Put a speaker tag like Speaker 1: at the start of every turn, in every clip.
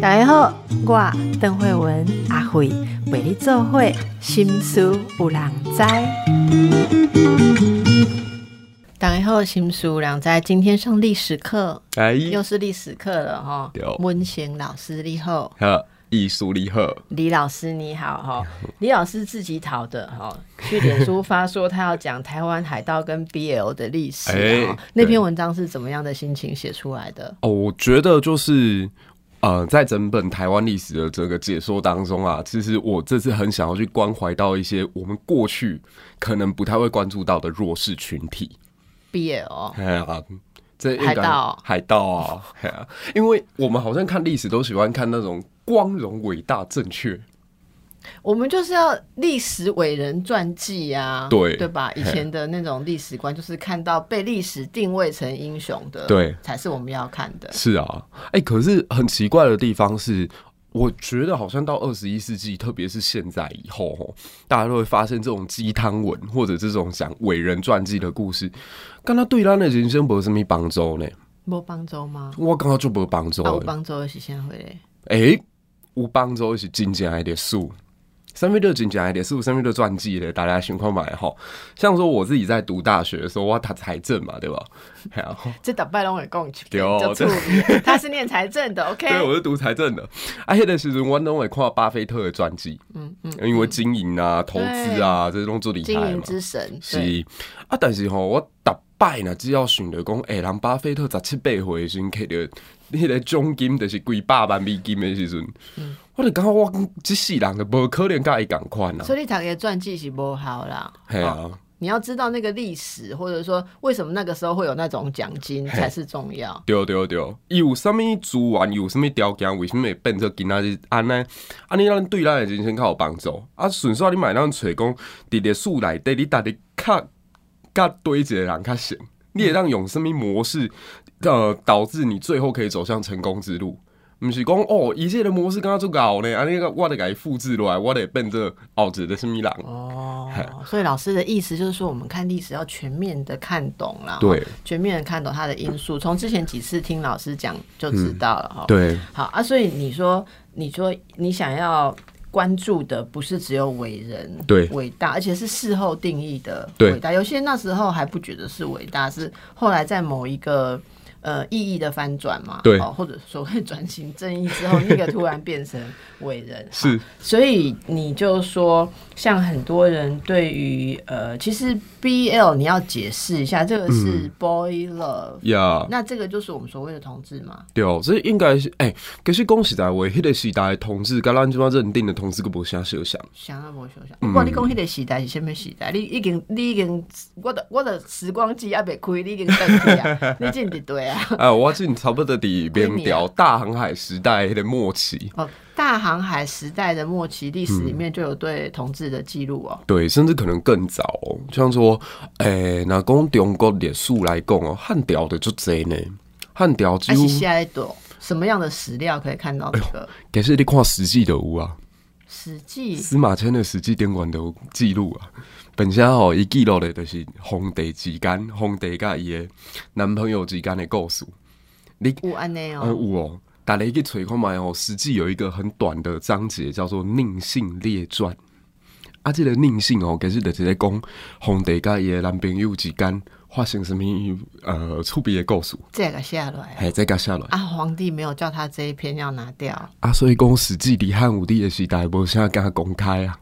Speaker 1: 大家好，我邓惠文阿惠为你做会心思有人知。大家好，心思有人知，今天上历史课，
Speaker 2: 哎，
Speaker 1: 又是历史课了哈
Speaker 2: 对。
Speaker 1: 温贤老师你好，
Speaker 2: 呵，艺术力呵，
Speaker 1: 李老师你好哈。李老师自己讨的哈，去脸书发说他要讲台湾海盗跟 BL 的历史啊
Speaker 2: 哎
Speaker 1: 那篇
Speaker 2: 对
Speaker 1: 文章是怎么样的心情写出来的？
Speaker 2: 哦，我觉得就是。呃，在整本台湾历史的这个解说当中啊，其实我这次很想要去关怀到一些我们过去可能不太会关注到的弱势群体。
Speaker 1: BL
Speaker 2: 哎呀，这
Speaker 1: 海盗
Speaker 2: 海盗啊，哎呀，因为我们好像看历史都喜欢看那种光荣、伟大、正确，
Speaker 1: 我们就是要历史伟人传记呀、啊，
Speaker 2: 对
Speaker 1: 对吧？以前的那种历史观，就是看到被历史定位成英雄的，
Speaker 2: 对
Speaker 1: 才是我们要看的。
Speaker 2: 是啊，哎、可是很奇怪的地方是，我觉得好像到二十一世纪，特别是现在以后吼，大家都会发现这种鸡汤文或者这种讲伟人传记的故事，跟他对他的人生没什么帮助呢。
Speaker 1: 莫邦州吗？
Speaker 2: 我刚刚就没帮助
Speaker 1: 啊，
Speaker 2: 的
Speaker 1: 我，邦州的是先回来，
Speaker 2: 哎、有帮助的是真正的历史。三面六真正的历史，三面六传记的，大家情况买吼。像说我自己在读大学的时候，我读财政嘛，对吧？ 然后
Speaker 1: 这打败龙也共去，
Speaker 2: 对哦
Speaker 1: 就处理。他是念财政 的，OK？
Speaker 2: 对，我是读财政的。啊，迄个时阵，我拢会看巴菲特的传记，
Speaker 1: 嗯
Speaker 2: 嗯嗯，因为经营啊、投资啊，这种做理
Speaker 1: 经
Speaker 2: 财
Speaker 1: 营
Speaker 2: 嘛，
Speaker 1: 之神，对，
Speaker 2: 是啊。但是吼，我逐摆呢，只要想着讲，哎、人巴菲特十七八岁的时阵，摕着迄个奖金，就是几百万美金的时阵，我就感觉我即世人就无可能甲伊共款啊。
Speaker 1: 所以你读的传记是不好啦。哦
Speaker 2: 系啊，
Speaker 1: 你要知道那个历史，或者说为什么那个时候会有那种奖金才是重要。
Speaker 2: 对对对，伊有啥物资源，有啥物条件，为什么会变做今仔日安尼？安尼咱对咱的人生较有帮助。啊，顺续你买咱找讲，伫历史内底，你逐日较较对一个人较像，你会当用啥物模式，呃，导致你最后可以走向成功之路。毋是讲哦，伊这个模式敢若做搞啊呢，安尼我得甲伊复制落来，我得变做后一个啥物人。
Speaker 1: 哦，所以老师的意思就是说，我们看历史要全面的看懂啦，
Speaker 2: 对，
Speaker 1: 全面的看懂它的因素。从之前几次听老师讲就知道了哈、，
Speaker 2: 嗯对，
Speaker 1: 好啊，所以你说，你说你想要关注的不是只有伟人，
Speaker 2: 对
Speaker 1: 伟大，而且是事后定义的
Speaker 2: 对
Speaker 1: 伟大。有些那时候还不觉得是伟大，是后来在某一个。呃，意义的翻转嘛，
Speaker 2: 对
Speaker 1: 哦，或者所谓转型正义之后，那个突然变成伟 人，
Speaker 2: 是，
Speaker 1: 所以你就说，像很多人对于呃，其实 BL 你要解释一下，这
Speaker 2: 嗯
Speaker 1: 个是 boy love，、
Speaker 2: 呀、
Speaker 1: 那这个就是我们所谓的同志嘛？
Speaker 2: 对哦，这应该是哎、可是讲实在话，迄、个时代的同志，甲咱即摆认定的同志，佫无啥相像。
Speaker 1: 想要我想
Speaker 2: 嗯
Speaker 1: 想，不管你讲迄个时代是什么时代，你已经你已经我的我的时光机还没开，你已经等去 啊，你进伫对啊？
Speaker 2: 哎，我记得差不多伫明朝大航海时代迄个末期，
Speaker 1: 哦，大航海时代的末期历史里面就有对同志的记录哦。
Speaker 2: 对，甚至可能更早、哦。像说，哎、若讲中国历史来讲哦，汉朝的就侪呢，汉朝几
Speaker 1: 而且
Speaker 2: 乎哎
Speaker 1: 下一朵什么样的史料可以看到这个《
Speaker 2: 其实你看《史记》的有啊，
Speaker 1: 史记》？
Speaker 2: 司马迁的《史记》顶管有记录啊。本身吼、伊记录的就是皇帝之间，皇帝甲伊的男朋友之间的故事。你
Speaker 1: 有安内哦，
Speaker 2: 嗯，有哦，打了一个锤看麦哦，实际有一个很短的章节叫做《宁姓列传》。啊，这个宁姓哦，其实就是在讲皇帝甲伊的男朋友之间发生什么呃触别的故事，
Speaker 1: 这个下来。
Speaker 2: 还再甲下来。
Speaker 1: 啊，皇帝没有叫他这一篇要拿掉，
Speaker 2: 啊，所以讲实际离汉武帝的时代无啥甲公开啊。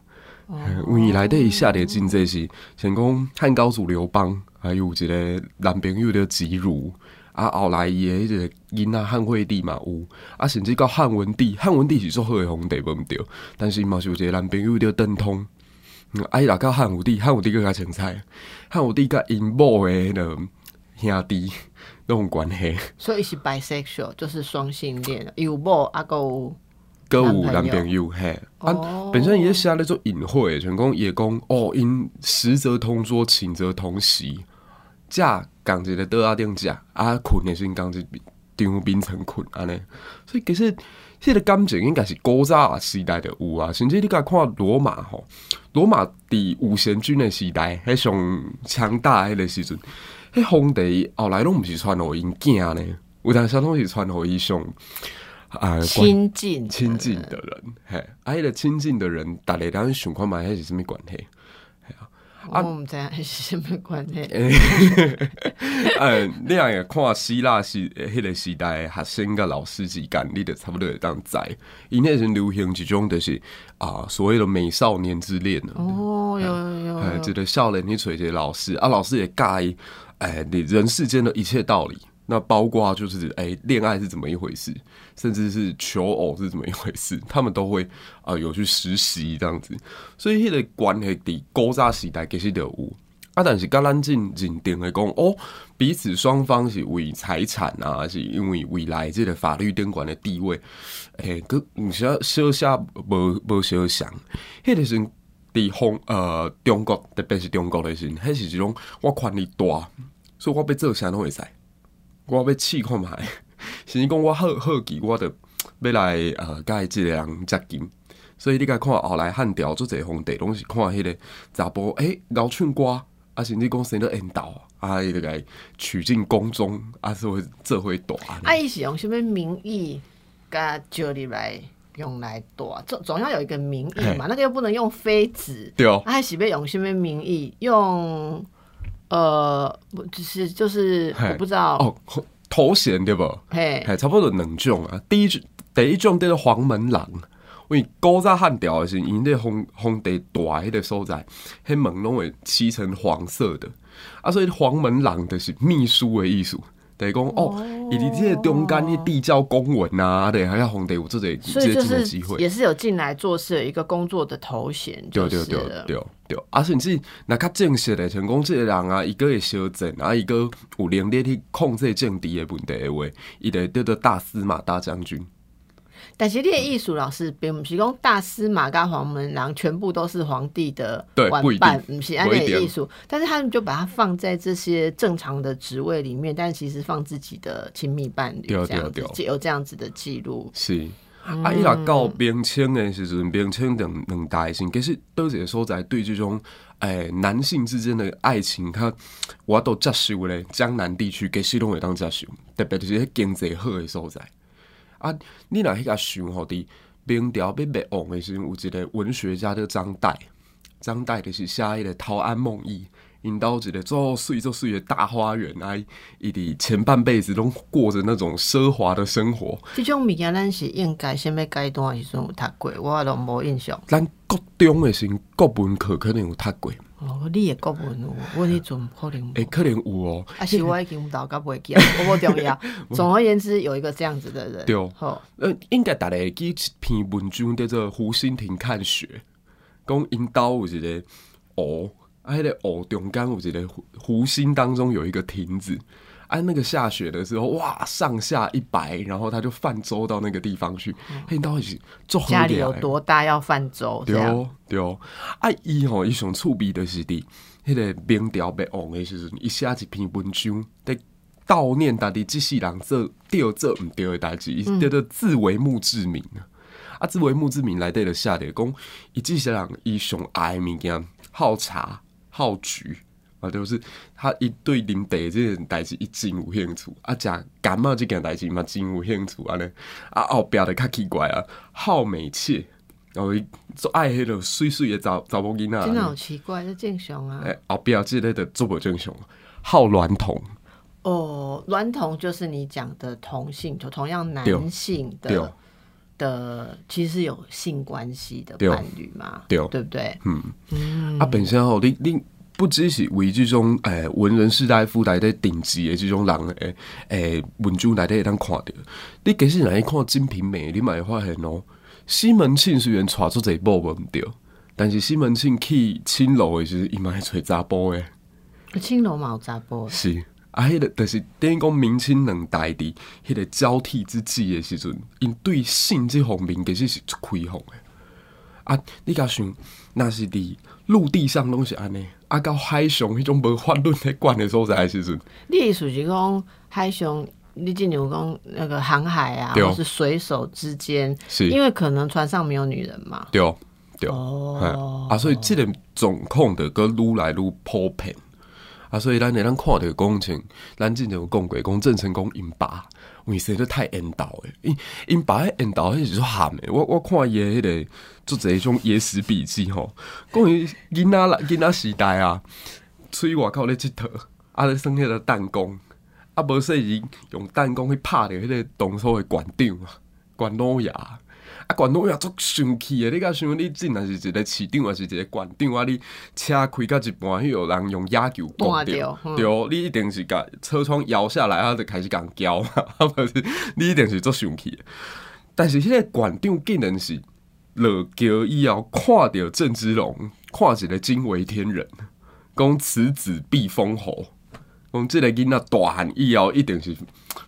Speaker 2: 嗯因为内底写的真济是，像讲汉高祖刘邦，还有一个男朋友叫吉如，啊后来伊的迄个囡仔汉惠帝嘛有，啊甚至到汉文帝，汉文帝是做好的皇帝无毋对，但是嘛是有一个男朋友叫邓通，嗯啊伊来到汉武帝，汉武帝更较精彩，汉武帝甲因某的迄个兄弟 拢有关系，
Speaker 1: 所以是 bisexual，就是双性恋，有某啊个有
Speaker 2: 搁有
Speaker 1: 男
Speaker 2: 男
Speaker 1: 朋
Speaker 2: 朋友嘿。啊
Speaker 1: 哦，
Speaker 2: 本身伊咧写咧做隐晦的，全讲伊会讲哦，因食则同桌，寝则同席，食共一个桌仔顶食，啊困的时阵共一张眠床困安尼。所以其实迄个感情应该是古早时代就有啊，甚至你甲看罗马吼，罗马伫五贤君的时代，迄上强大迄个时阵，迄皇帝后来拢毋是传互因囝呢，有当时拢是穿互伊上啊，关
Speaker 1: 亲近
Speaker 2: 亲近的人，嘿，啊，迄个亲近的人，逐个咱想看觅迄是什物关系？ 啊
Speaker 1: 我毋知影是什么关系。
Speaker 2: 哎呃，你若会看希腊时迄个时代的学生甲老师之间，你就差不多会当知。因迄阵流行一种就是啊，所谓的美少年之恋啊，
Speaker 1: 哦，有有有
Speaker 2: 哎，
Speaker 1: 有
Speaker 2: 一个少年去找一个老师，啊，老师也教伊，哎，你人世间的一切道理，那包括就是哎，恋爱是怎么一回事，甚至是求偶是怎么一回事，他们都会啊、有去实习这样子，所以迄个关系伫古早时代其实就有。啊，但是甲咱真认定的讲，哦，彼此双方是为财产啊，是因为未来这个法律顶管的地位，诶、佮有时小下无无相像，迄个时阵伫方呃中国，特别是中国的时阵，迄是一种我权力大，所以我要做啥拢会使，我要试看觅， 是讲我好好奇，我着要来呃甲伊即个人接近。所以你甲看后来汉朝做者皇帝拢是看迄个查甫，诶、咬唱歌，啊甚至讲生得缘投啊，伊就甲伊娶进宫中，啊所以做伙大。
Speaker 1: 啊，伊是用什么名义甲招入来用来躲？总总要有一个名义嘛，那个又不能用妃子，
Speaker 2: 对哦
Speaker 1: 啊，还是要用什么名义？用呃，不就是就是
Speaker 2: 嘿
Speaker 1: 我不知道，
Speaker 2: 哦，头衔对无？
Speaker 1: 嘿，
Speaker 2: 嘿，差不多就两种啊。第一种，第一种叫做黄门人，因为古早汉朝的时候，因迄个皇皇帝大迄个所在，迄门拢会漆成黄色的，啊，所以黄门人就是秘书的意思。就是讲哦，伊伫即个中间去递交公文啊，对，还要皇帝有这个
Speaker 1: 所以
Speaker 2: 接
Speaker 1: 就
Speaker 2: 近的
Speaker 1: 是
Speaker 2: 机会。
Speaker 1: 也是有进来做事有一个工作的头衔，
Speaker 2: 对
Speaker 1: 就
Speaker 2: 对
Speaker 1: 是
Speaker 2: 对
Speaker 1: 了。
Speaker 2: 对对，啊，甚至若较正式的，像讲即个人啊，伊个会小政，啊，伊个有能力去控制政治的问题的话，伊就会叫做大司马、大将军。
Speaker 1: 但是你的艺术老师并不是讲大司马跟黄门郎全部都是皇帝的
Speaker 2: 对
Speaker 1: 玩
Speaker 2: 不一定
Speaker 1: 伴，不是按啊
Speaker 2: 不一
Speaker 1: 那
Speaker 2: 定
Speaker 1: 艺术，但是他们就把它放在这些正常的职位里面，但其实放自己的亲密伴侣
Speaker 2: 对
Speaker 1: 这
Speaker 2: 哦
Speaker 1: 样
Speaker 2: 对
Speaker 1: 子
Speaker 2: 哦，
Speaker 1: 有这样子的记录。
Speaker 2: 是，啊，伊若到明清的时阵，明清两两代的时阵，其实倒一个所在对这种诶、哎男性之间的爱情，较我都接受咧。江南地区其实拢会当接受，特别就是迄经济好的所在。啊，你若迄个想吼，伫明朝要灭亡的时阵，有一个文学家叫张岱，张岱就是写迄个《陶庵梦忆》。因兜一个做水做水的大花园，啊，伊伊伫前半辈子拢过着那种奢华的生活，
Speaker 1: 这种物件咱是应该先要阶段的时阵有读过，我都无印象。
Speaker 2: 咱国中的时候国文课可能有读过，
Speaker 1: 哦，你的国文有，我迄阵可能无
Speaker 2: 诶、可能有哦、
Speaker 1: 啊，是我已经到到袂记啊， 我无重 要。总而言之，有一个这样子的人，
Speaker 2: 对哦
Speaker 1: 好，
Speaker 2: 呃，应该大家会记一篇文章叫做《湖心亭看雪》，讲因兜有一个湖，啊，迄、个湖中间有一个湖湖心当中有一个亭子，啊，那个下雪的时候，哇，上下一白，然后他就泛舟到那个地方去，迄兜是做
Speaker 1: 嗯家里有多大要泛舟这
Speaker 2: 对
Speaker 1: 样。
Speaker 2: 哦对哦，啊，伊吼伊上趣味就是伫迄个明朝灭亡的时阵，伊写一篇文章在悼念家己即世人做对做毋对的代志，
Speaker 1: 嗯
Speaker 2: 伊叫做自为墓志铭啊。啊，自为墓志铭内底就写着讲，伊即世人伊上爱的物件，好茶好菊。啊，就是他伊对啉茶即件代志伊真有兴趣，啊，食感冒即件代志嘛真有兴趣安尼，啊后壁就较奇怪啊，好美妾，然后伊做爱迄个水水的查查某囡仔
Speaker 1: 真的
Speaker 2: 安
Speaker 1: 哦
Speaker 2: 尼，
Speaker 1: 好奇怪，这正常啊。
Speaker 2: 诶、后壁即个就做无正常，好娈童，
Speaker 1: 哦，娈童就是你讲的同性，就同样
Speaker 2: 对哦
Speaker 1: 男性
Speaker 2: 对
Speaker 1: 的的，其实有性关系的
Speaker 2: 对哦
Speaker 1: 伴侣嘛，
Speaker 2: 对
Speaker 1: 对不对？
Speaker 2: 啊本身吼你你。不只是为即种诶、文人士大夫内底顶级的即种人诶诶、文章内底会当看着，你其实若去看《金瓶梅》，你嘛会发现哦，西门庆虽然娶出一某无毋对，但是西门庆去青楼的时候，伊嘛会找查甫诶。
Speaker 1: 青楼毛杂波，
Speaker 2: 是啊，迄、个就是等于讲明清两代伫迄个交替之际的时阵，因对性即方面其实是出开放的。啊，你甲想，若是伫陆地上拢是安尼，啊，到海上迄种无法律的管的所在的时阵，
Speaker 1: 你的意思是讲海上，你进牛讲那个航海啊，
Speaker 2: 对哦
Speaker 1: 或是水手之间，
Speaker 2: 是
Speaker 1: 因为可能船上没有女人嘛。
Speaker 2: 对对，
Speaker 1: 哦
Speaker 2: 嘿，啊，所以即个状况的搁愈来愈普遍。啊，所以咱会咱看着讲像咱之前有讲过，讲郑成功因爸为实在太缘投诶，因因把迄缘投迄是做喊诶。我我看伊诶迄个做者迄种野史笔记吼，讲伊囡仔啦囡仔时代啊，出去外口咧佚佗，啊咧耍迄个弹弓，啊无说伊用弹弓去拍着迄个当初诶县长啊，县老爷。啊，管老爷足生气诶！你敢想你真若是一个市长，还是一个县长啊？你车开到一半，迄有人用野球
Speaker 1: 断
Speaker 2: 撞
Speaker 1: 掉
Speaker 2: 着，
Speaker 1: 嗯
Speaker 2: 对，哦你一定是甲车窗摇下来，啊，就开始共叫啊，不是，你一定是足生气的。但是迄个县长竟然是落桥以后，看着郑芝龙，看一个惊为天人，啊讲此子必封侯。讲即个囡仔大汉以后，一定是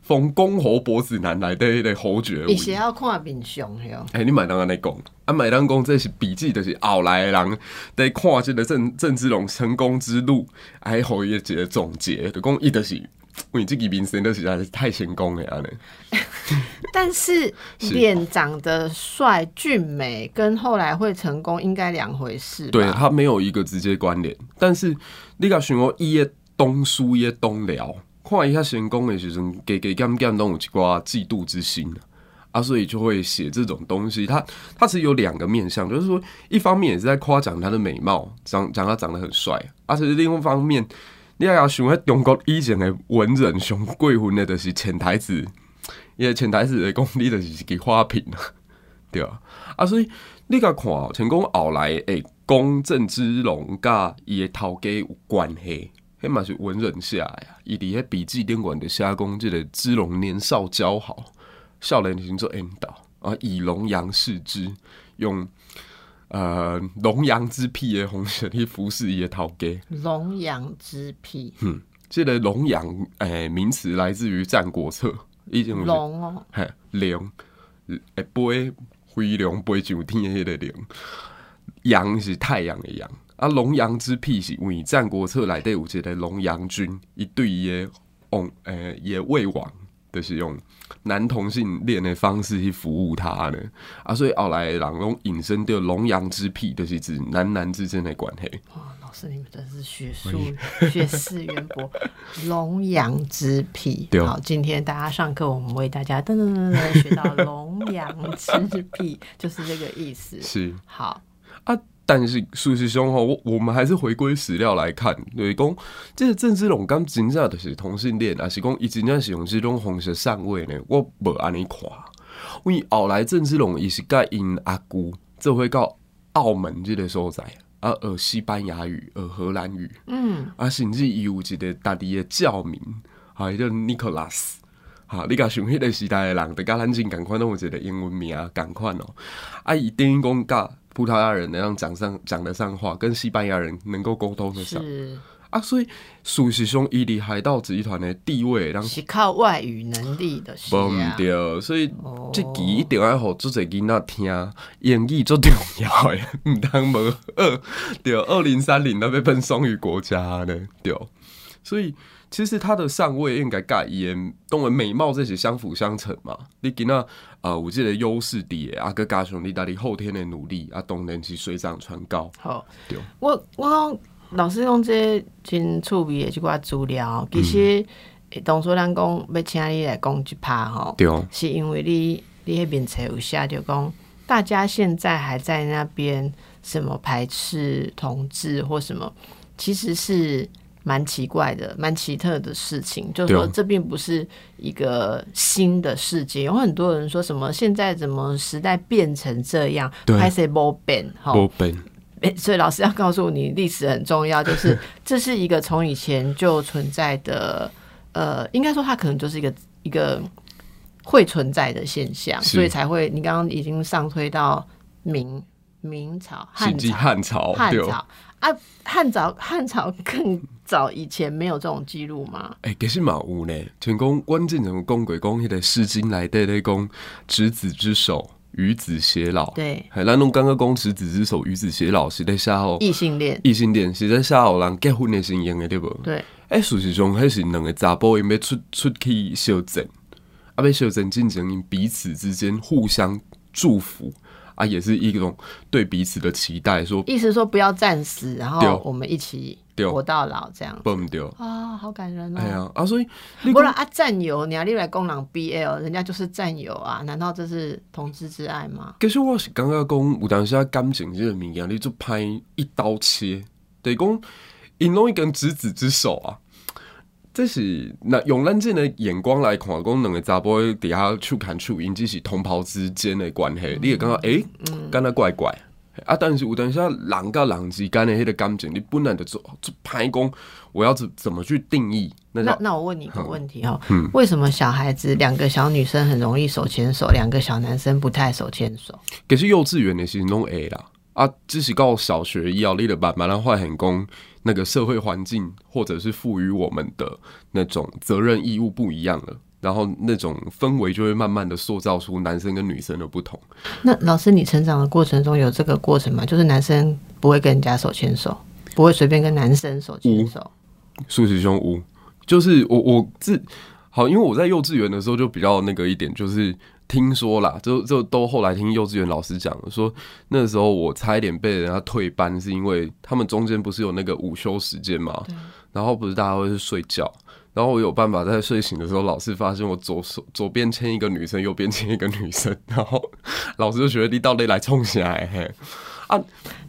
Speaker 2: 封公侯伯子男内底迄个侯爵位。
Speaker 1: 伊是要看面相哦的
Speaker 2: 哎、你买当安尼讲，啊，买当讲这是笔记，就是后来的人在看即个郑郑芝龙成功之路，还互伊一个总结，就讲伊就是，为即个民生都实在是太成功了安尼。
Speaker 1: 但是
Speaker 2: 是
Speaker 1: 脸长得帅俊美，跟后来会成功应该两回事吧？
Speaker 2: 对，它没有一个直接关联，但是你甲想讲伊的东输伊的东辽，看伊遐成功的时阵，加加减减拢有一寡嫉妒之心啊。啊，所以就会写这种东西。它它其实有两个面向，就是说，一方面也是在夸奖他的美貌，讲讲他长得很帅，啊，其实另一方面，你也要想迄中国以前的文人上过分的，就是潜台词，伊的潜台词会讲你就是一个花瓶啊。对啊，啊，所以你甲看哦，成功后来诶，讲郑芝龙甲伊诶头家有关系，迄嘛是文人写诶啊。伊伫迄笔记顶悬就写讲，即个芝龙年少交好，少年时做引导，啊，以龙阳视之，用呃龙阳之癖诶红色去服侍伊诶头家。
Speaker 1: 龙阳之癖，
Speaker 2: 嗯，即、个龙阳诶名词来自于《战国策》，以前有一个
Speaker 1: 龙哦，
Speaker 2: 嘿，龙，会飞飞龙飞上天的迄个龙，阳是太阳的阳，啊，龙阳之癖是为战国策内底有一个龙阳君，伊对伊的王，诶、伊的魏王，就是用男同性恋的方式去服务他呢，啊，所以后来的人拢引申掉龙阳之癖，就是指男男之间的关系。
Speaker 1: 哇，哦老师你们真是学术学识渊博，龙阳之癖。
Speaker 2: 对哦
Speaker 1: 好，今天大家上课，我们为大家噔噔噔噔学到龙阳之癖，就是这个意思。
Speaker 2: 是，
Speaker 1: 好，
Speaker 2: 啊，但是事实上吼，我我们还是回归史料来看，就是讲，这个郑芝龙敢真正就是同性恋，还是讲伊真正是用这种方式上位呢？我无安尼看，因为后来郑芝龙伊是甲因阿姑做伙到澳门即个所在，啊，学西班牙语，学荷兰语，
Speaker 1: 嗯，
Speaker 2: 啊，甚至伊有一个家己的教名，啊，伊叫 Nicholas。哈，你甲想迄个时代的人，就甲咱真共款，拢有一个英文名共款哦。啊，伊等于讲甲葡萄牙人能让讲上讲得上话，跟西班牙人能够沟通得上
Speaker 1: 是
Speaker 2: 啊，所以事实上，伊伫海盗集团的地位，让
Speaker 1: 是靠外语能力的，是
Speaker 2: 无毋
Speaker 1: 啊。
Speaker 2: 对，所以
Speaker 1: 哦
Speaker 2: 即期一定要互做侪囡仔听，啊英语足重要 诶，毋通无二对二零三零那要变双语国家呢，对，所以其实他的上位应该甲伊诶，当然美貌这是相辅相成嘛，你囡仔啊有即个优势伫诶，啊佮加上你家己后天的努力，啊当然是水涨船高，
Speaker 1: 好
Speaker 2: 对，
Speaker 1: 我我讲老师用这些真趣味的这寡资料，其
Speaker 2: 嗯
Speaker 1: 实、诶当初咱讲要请你来讲一趴吼，
Speaker 2: 对，哦
Speaker 1: 是因为你你那边才有写就讲，大家现在还在那边什么排斥同志或什么，其实是蛮奇怪的、蛮奇特的事情。就是说，
Speaker 2: 对啊
Speaker 1: 这并不是一个新的世界。有很多人说什么现在怎么时代变成这样，
Speaker 2: 对
Speaker 1: 拍谁不变哈？
Speaker 2: 无变，
Speaker 1: 诶所以老师要告诉你，历史很重要，就是 这是一个从以前就存在的，呃，应该说它可能就是一个一个会存在的现象，
Speaker 2: 是
Speaker 1: 所以才会你刚刚已经上推到明明朝、汉
Speaker 2: 甚至
Speaker 1: 朝、
Speaker 2: 汉朝，
Speaker 1: 汉
Speaker 2: 哦对，
Speaker 1: 朝啊，汉朝汉朝更早以前没有这种记录吗？
Speaker 2: 诶、哎其实嘛有呢，像讲阮之前有讲过，讲迄个《诗经》内底咧讲“执子之手，与子偕老”。
Speaker 1: 对，
Speaker 2: 嘿，咱拢感觉讲“执子之手，与子偕老”是咧写吼
Speaker 1: 异性恋，
Speaker 2: 异性恋，是咧写互人结婚的时候用的对无？
Speaker 1: 对，
Speaker 2: 诶、事实上，迄是两个查甫因要出出去相战，啊，要相战进行因彼此之间互相祝福，啊，也是一种对彼此的期待，说
Speaker 1: 意思说不要战死，然
Speaker 2: 对
Speaker 1: 后
Speaker 2: 哦
Speaker 1: 我们一起
Speaker 2: 对
Speaker 1: 活到老这样。
Speaker 2: 蹦掉。
Speaker 1: 啊，好感人哦！
Speaker 2: 哎呀，啊，所以你
Speaker 1: 不
Speaker 2: 讲
Speaker 1: 然啊，战友，你啊，你来攻狼 BL，人家就是战友啊，难道这是同志之爱吗？
Speaker 2: 其实我是感觉讲，有当时啊感情这个物件，你就拍一刀切，就是讲，因拢已经执子之手啊。这是那用咱这的眼光来看，讲两个查甫底下手牵手，因只是同袍之间的关系，你会感觉诶，敢若怪怪。啊，但是有当时啊人甲人之间的迄个感情，你本来就做做歹讲，我要怎怎么去定义？那
Speaker 1: 那
Speaker 2: 叫
Speaker 1: 那我问你一个问题哦，
Speaker 2: 嗯
Speaker 1: 为什么小孩子两个小女生很容易手牵手，两个小男生不太手牵手？
Speaker 2: 其实幼稚园的时候拢会啦，啊，只是到小学以后，你就慢慢的发现讲，那个社会环境或者是赋予我们的那种责任义务不一样了，然后那种氛围就会慢慢的塑造出男生跟女生的不同。
Speaker 1: 那老师，你成长的过程中有这个过程吗？就是男生不会跟人家手牵手，不会随便跟男生手牵手。
Speaker 2: 素食胸无，就是我我自好，因为我在幼稚园的时候就比较那个一点，就是听说啦，就就都后来听幼稚园老师讲了，说那时候我差一点被人家退班，是因为他们中间不是有那个午休时间嘛，然后不是大家会去睡觉。然后我有办法在睡醒的时候，老师发现我左手左边牵一个女生，右边牵一个女生，然后 老师就觉得你到底来冲起来嘿。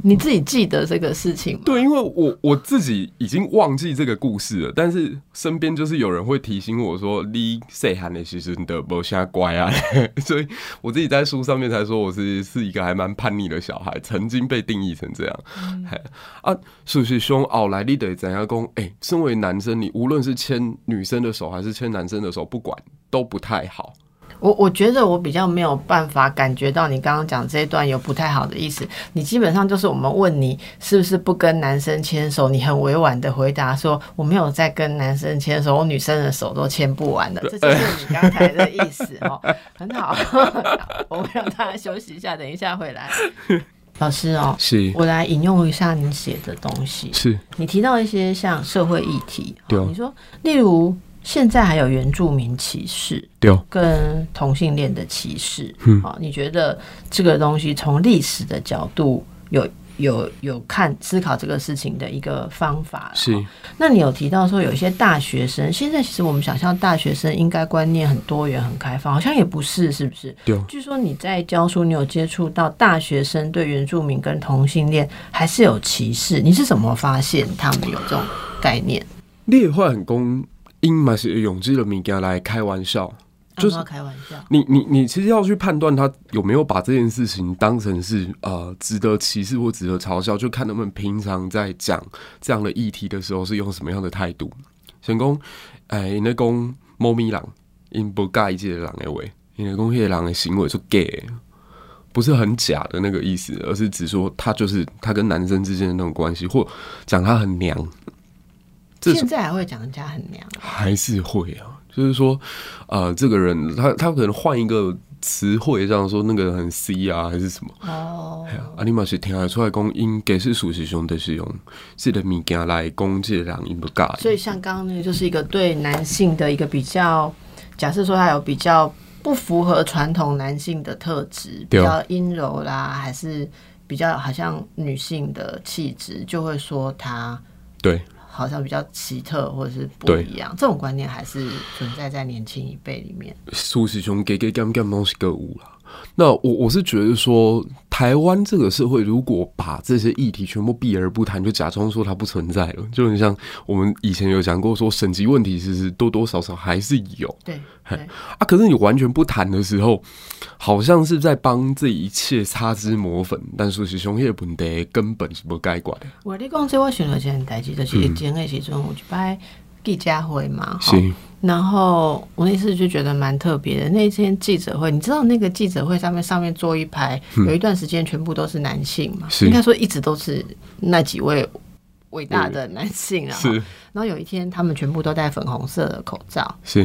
Speaker 1: 你自己记得这个事情吗？
Speaker 2: 对，啊因为我我自己已经忘记这个故事了，但是身边就是有人会提醒我说，你细汉的时候你的不瞎乖啊， 所以我自己在书上面才说我是是一个还蛮叛逆的小孩，曾经被定义成这样。嘿啊，是不是兄后来你得怎样讲？哎、身为男生，你无论是牵女生的手还是牵男生的手，不管都不太好。
Speaker 1: 我我觉得我比较没有办法感觉到你刚刚讲这一段有不太好的意思。你基本上就是我们问你是不是不跟男生牵手，你很委婉的回答说我没有在跟男生牵手，我女生的手都牵不完的，这就是你刚才的意思哦。很好， 我们让大家休息一下，等一下回来。老师哦，
Speaker 2: 是
Speaker 1: 我来引用一下你写的东西。
Speaker 2: 是，
Speaker 1: 你提到一些像社会议题，哦
Speaker 2: 对啊
Speaker 1: 你说例如现在还有原住民歧视，
Speaker 2: 对哦，
Speaker 1: 跟同性恋的歧视，
Speaker 2: 嗯
Speaker 1: 好、你觉得这个东西从历史的角度有有有看思考这个事情的一个方法啦
Speaker 2: 是
Speaker 1: 哦那你有提到说有一些大学生，现在其实我们想象大学生应该观念很多元、很开放，好像也不是，是不是？
Speaker 2: 对哦
Speaker 1: 据说你在教书，你有接触到大学生对原住民跟同性恋还是有歧视，你是怎么发现他们有这种概念？
Speaker 2: 你会很讲，因嘛是用这个物件来开玩笑，就是
Speaker 1: 啊不要开玩笑。
Speaker 2: 你你你其实要去判断他有没有把这件事情当成是呃值得歧视或值得嘲笑，就看他们平常在讲这样的议题的时候是用什么样的态度。成功，哎、因那讲猫咪人，因不介意这个人的话，因为讲迄个人的行为就 gay 的。不是很假的那个意思，而是只说他就是他跟男生之间的那种关系，或讲他很娘，这是
Speaker 1: 现在还会讲人家很娘，
Speaker 2: 还是会啊，就是说，呃，这个人他他可能换一个词汇，这样说那个人很 C 啊，还是什么？
Speaker 1: 哦，
Speaker 2: 啊，你嘛是听得出来讲，因给是属实兄的是用这个物件来攻击人，因不尬。
Speaker 1: 所以像刚刚那个就是一个对男性的一个比较，假设说他有比较不符合传统男性的特质，比
Speaker 2: 对
Speaker 1: 较
Speaker 2: 啊
Speaker 1: 阴柔啦，还是比较好像女性的气质，就会说他
Speaker 2: 对，
Speaker 1: 好像比较奇特或者是不
Speaker 2: 对
Speaker 1: 一样。这种观念还是存在在年轻一辈里面。
Speaker 2: 苏世雄给给干干东西个舞啦。那我我是觉得说，台湾这个社会如果把这些议题全部避而不谈，就假装说它不存在了，就很像我们以前有讲过说，省级问题其实多多少少还是有。
Speaker 1: 对对，
Speaker 2: 啊，可是你完全不谈的时候，好像是在帮这一切擦脂抹粉，但是是熊叶本的根本是不该管的。
Speaker 1: 我你讲这我想到一件代志，
Speaker 2: 嗯
Speaker 1: 就是疫情的时阵，有一摆记者会嘛，吼
Speaker 2: 是，
Speaker 1: 然后我那次就觉得蛮特别的。那一天记者会，你知道那个记者会上面上面坐一排，有一段时间全部都是男性嘛，
Speaker 2: 嗯是
Speaker 1: 应该说一直都是那几位伟大的男性啊。
Speaker 2: 是
Speaker 1: 然后有一天他们全部都戴粉红色的口罩，
Speaker 2: 是，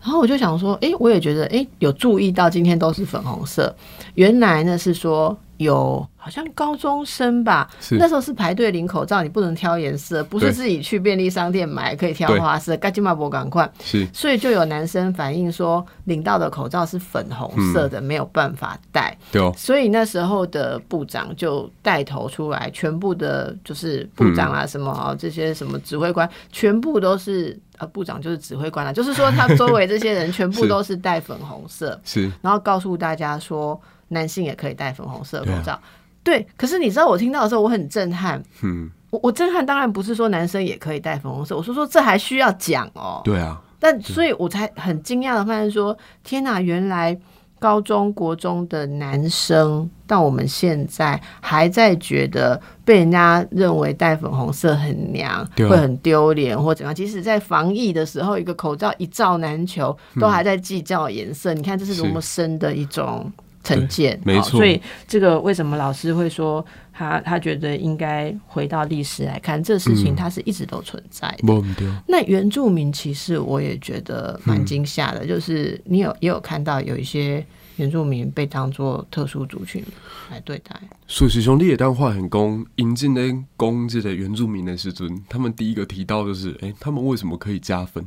Speaker 1: 然后我就想说，诶，我也觉得，诶，有注意到今天都是粉红色，原来呢是说。有好像高中生吧，
Speaker 2: 是
Speaker 1: 那时候是排队领口罩，你不能挑颜色，不
Speaker 2: 对
Speaker 1: 是自己去便利商店买可以挑
Speaker 2: 对
Speaker 1: 花色，赶紧嘛不赶快。
Speaker 2: 是
Speaker 1: 所以就有男生反映说，领到的口罩是粉红色的，没有办法戴。
Speaker 2: 对哦，
Speaker 1: 所以那时候的部长就带头出来，全部的就是部长啊，什么、啊这些什么指挥官，啊全部都是呃部长就是指挥官啊，就是说他周围这些人全部都是戴粉红色，
Speaker 2: 是
Speaker 1: 然后告诉大家说男性也可以戴粉红色的口罩。对，可是你知道我听到的时候我很震撼，
Speaker 2: 嗯，
Speaker 1: 我我震撼当然不是说男生也可以戴粉红色，我说说这还需要讲哦，
Speaker 2: 对啊，
Speaker 1: 但所以我才很惊讶的发现说，天哪，原来高中国中的男生到我们现在还在觉得被人家认为戴粉红色很娘，
Speaker 2: 对啊
Speaker 1: 会很丢脸或怎样。即使在防疫的时候，一个口罩一罩难求，都
Speaker 2: 嗯
Speaker 1: 还在计较颜色。你看这是多么深的一种。成见，
Speaker 2: 对没
Speaker 1: 哦
Speaker 2: 错
Speaker 1: 所以这个为什么老师会说他他觉得应该回到历史来看，这事
Speaker 2: 嗯
Speaker 1: 情它是一直都存在的。
Speaker 2: 摸唔掉，
Speaker 1: 那原住民歧视我也觉得蛮惊吓的，就是你有也有看到有一些原住民被当做特殊族群来对待，
Speaker 2: 所以师兄，你也当话很公，引进咧讲这个原住民的时阵，他们第一个提到就是，诶、他们为什么可以加分？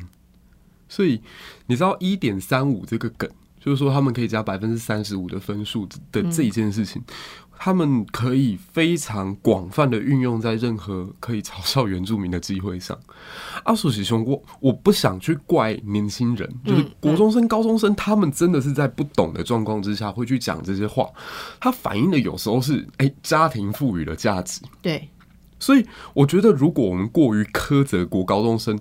Speaker 2: 所以你知道一点三五这个梗，就是说他们可以加百分之三十五的分数的这一件事情，他们可以非常广泛的运用在任何可以嘲笑原住民的机会上。阿叔喜兄，我我不想去怪年轻人，就是国中生、高中生，他们真的是在不懂的状况之下会去讲这些话，它反映的有时候是哎、家庭赋予了价值，
Speaker 1: 对，
Speaker 2: 所以我觉得，如果我们过于苛责国高中生，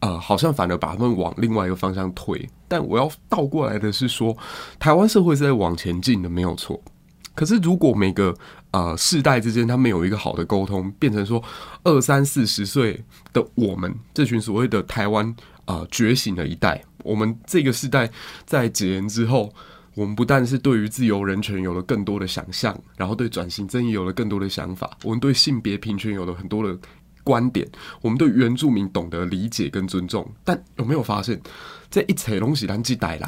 Speaker 2: 呃，好像反而把他们往另外一个方向推。但我要倒过来的是说，台湾社会是在往前进的，没有错。可是如果每个呃世代之间他们有一个好的沟通，变成说二三四十岁的我们这群所谓的台湾呃觉醒的一代，我们这个世代在解严之后。我们不但是对于自由人权有了更多的想象，然后对转型正义有了更多的想法，我们对性别平权有了很多的观点，我们对原住民懂得理解跟尊重。但有没有发现，这一切拢是咱这代人，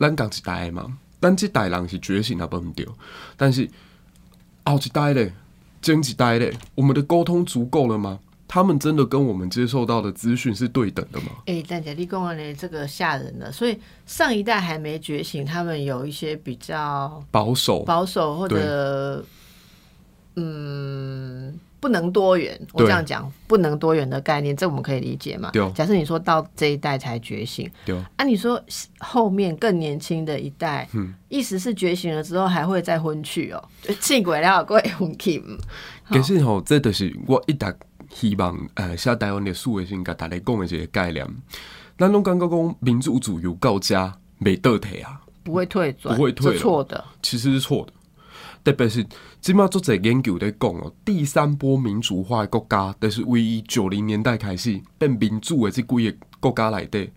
Speaker 2: 咱讲一代的嘛，咱这代人是觉醒啊，不唔对，但是后一代嘞，前一代嘞，我们的沟通足够了吗？他们真的跟我们接受到的资讯是对等的吗？
Speaker 1: 哎、但姐立功呢，这个吓人了。所以上一代还没觉醒，他们有一些比较
Speaker 2: 保守，
Speaker 1: 保守或者嗯不能多元，我
Speaker 2: 对
Speaker 1: 这样讲不能多元的概念，这我们可以理解嘛
Speaker 2: 对哦？
Speaker 1: 假设你说到这一代才觉醒，
Speaker 2: 对哦，
Speaker 1: 啊，你说后面更年轻的一代，
Speaker 2: 嗯
Speaker 1: 意思是觉醒了之后还会再婚去哦， 气鬼了，各位婚去嗯唔？
Speaker 2: 其实吼，这就是我一直希望呃，写台湾历史的时阵，甲大家讲的一个概念。咱拢感觉讲民主自由到家袂倒退啊，
Speaker 1: 不会退转，
Speaker 2: 不会退了
Speaker 1: 是错的。
Speaker 2: 其实是错的。特别是即马做者研究在讲哦，第三波民主化的国家，就是为伊九零年代开始变民主的即几个国家内底，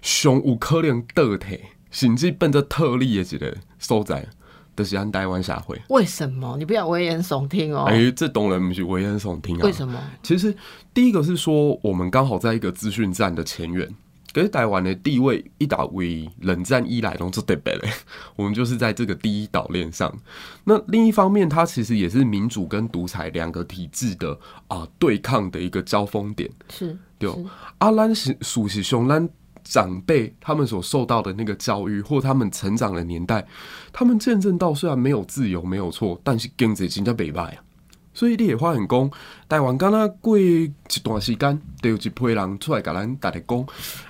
Speaker 2: 上有可能倒退，甚至变做特例的一个所在，就是咱台湾社会。
Speaker 1: 为什么？你不要危言耸听哦。
Speaker 2: 哎、这当然毋是危言耸听啊。
Speaker 1: 为什么？
Speaker 2: 其实第一个是说，我们刚好在一个资讯站的前缘。可是台湾的地位一打为冷战一来，拢就特别嘞， 我们就是在这个第一岛链上。那另一方面，它其实也是民主跟独裁两个体制的啊、对抗的一个交锋点。
Speaker 1: 是
Speaker 2: 对哦，阿兰是属是熊兰长辈他们所受到的那个教育，或他们成长的年代，他们见证到虽然没有自由没有错，但是经济真正袂歹啊。所以你会发现讲，台湾敢若过一段时间，就有一批人出来甲咱逐个讲，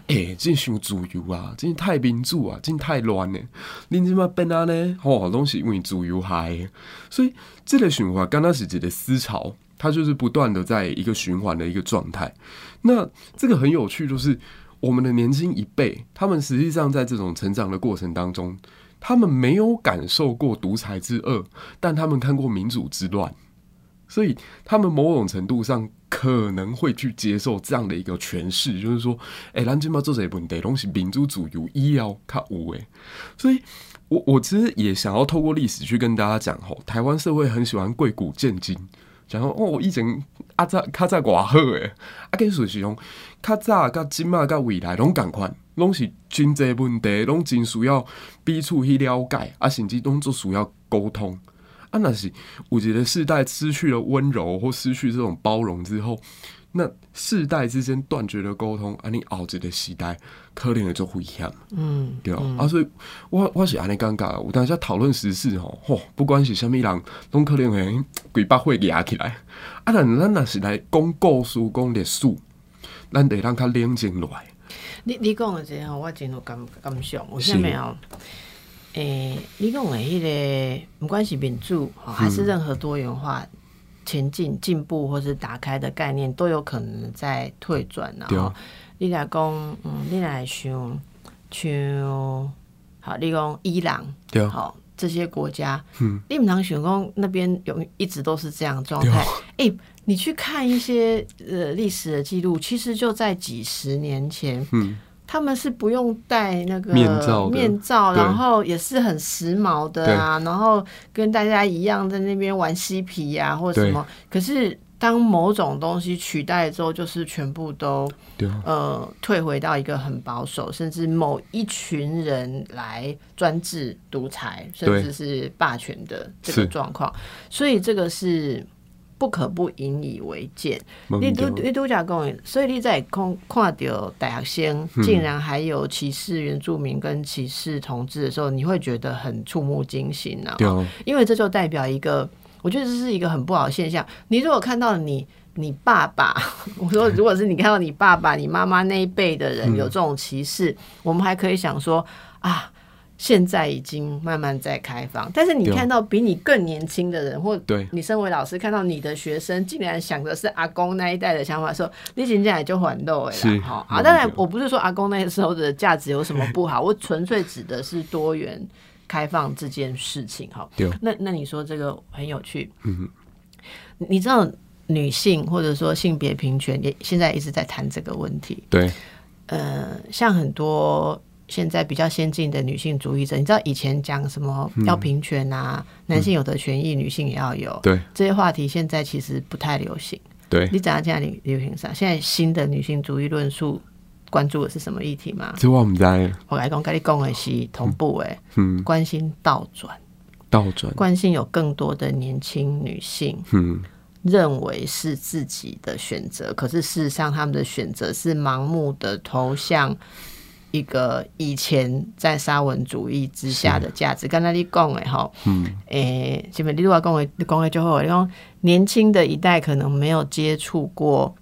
Speaker 2: 诶、真伤自由啊，真太民主啊，真太乱诶。恁即摆变安尼，吼、拢是因为自由害的。所以这个循环刚开始一个思潮，它就是不断的在一个循环的一个状态。那这个很有趣，就是我们的年轻一辈，他们实际上在这种成长的过程当中，他们没有感受过独裁之恶，但他们看过民主之乱，所以他们某种程度上可能会去接受这样的一个诠释，就是说，哎、咱今嘛做这问题东西，民主主由医疗较有诶，所以。我我其实也想要透过历史去跟大家讲吼，台湾社会很喜欢贵古见今，然后哦，以前啊早较早偌好诶，啊其实是讲较早甲即马甲未来拢共款，拢是真济问题，拢真需要彼此去了解，啊甚至拢做需要沟通。啊，那是我觉得世代失去了温柔或失去这种包容之后，那世代之间断绝了沟通，啊，你熬着的时代可能会做危险，
Speaker 1: 嗯，
Speaker 2: 对啊。啊，所以我我是安尼尴尬，有当下讨论时事吼，吼，不管是虾物人，拢可能会鬼把会压起来。啊，但咱若是来讲故事、讲历史，咱得让较冷静落来。
Speaker 1: 你你讲的这吼，我真有感感想。为什么哦？诶、你讲的迄、个，不管是民主、吼还
Speaker 2: 嗯
Speaker 1: 是任何多元化、前进、进步或是打开的概念，都有可能在退转然
Speaker 2: 对啊
Speaker 1: 后你来讲，嗯，你来想，像好，你讲伊朗，
Speaker 2: 对啊，
Speaker 1: 好、这些国家，
Speaker 2: 嗯
Speaker 1: 你们常想讲那边永一直都是这样的状
Speaker 2: 对
Speaker 1: 态
Speaker 2: 啊。
Speaker 1: 哎、你去看一些呃历史的记录，其实就在几十年前，
Speaker 2: 嗯，
Speaker 1: 他们是不用戴那个
Speaker 2: 面罩的
Speaker 1: 面罩
Speaker 2: 对
Speaker 1: 然后也是很时髦的啊，然后跟大家一样在那边玩嬉皮呀、啊、或者什么。可是当某种东西取代之后，就是全部都
Speaker 2: 对啊，
Speaker 1: 呃退回到一个很保守，甚至某一群人来专制、独裁，甚
Speaker 2: 对
Speaker 1: 至是霸权的这个
Speaker 2: 是
Speaker 1: 状况，所以这个是不可不引以为戒。
Speaker 2: 没
Speaker 1: 你
Speaker 2: 错
Speaker 1: 都你都假讲的，所以你在看看到大学生竟然还有歧视原住民跟歧视同志的时候，你会觉得很触目惊心啊。
Speaker 2: 对啊，
Speaker 1: 因为这就代表一个，我觉得这是一个很不好的现象。你如果看到你你爸爸， 我
Speaker 2: 嗯
Speaker 1: 说如果是你看到你爸爸、你妈妈那一辈的人有这种歧视，我们还可以想说啊。现在已经慢慢在开放，但是你
Speaker 2: 对
Speaker 1: 看到比你更年轻的人，或
Speaker 2: 对
Speaker 1: 你身为老师看到你的学生竟然想的是阿公那一代的想法的时候，你真正也就还漏哎
Speaker 2: 是
Speaker 1: 啦，哈
Speaker 2: 没
Speaker 1: 啊！当然
Speaker 2: 错，
Speaker 1: 我不是说阿公那时候的价值有什么不好，我 纯粹指的是多元开放这件事情哈。
Speaker 2: 对
Speaker 1: 那那你说这个很有趣，
Speaker 2: 嗯，
Speaker 1: 你知道女性或者说性别平权也现在一直在谈这个问题，
Speaker 2: 对，
Speaker 1: 呃，像很多现在比较先进的女性主义者，你知道以前讲什么
Speaker 2: 嗯
Speaker 1: 要平权啊，男性有的权益，女性也要有，
Speaker 2: 对，
Speaker 1: 这些话题现在其实不太流行。
Speaker 2: 对，
Speaker 1: 你怎样现在流流行啥？现在新的女性主义论述关注的是什么议题吗？
Speaker 2: 这我们在
Speaker 1: 我来讲，跟你讲的是同步诶，
Speaker 2: 嗯
Speaker 1: 关心倒转，
Speaker 2: 倒转，
Speaker 1: 关心有更多的年轻女性
Speaker 2: 嗯，
Speaker 1: 认为是自己的选择，可是事实上他们的选择是盲目的投向一个以前在沙文主义之下的价值。刚才你讲的吼，
Speaker 2: 嗯，
Speaker 1: 诶、基本你如果讲的你讲的就好，你讲年轻的一代可能没有接触过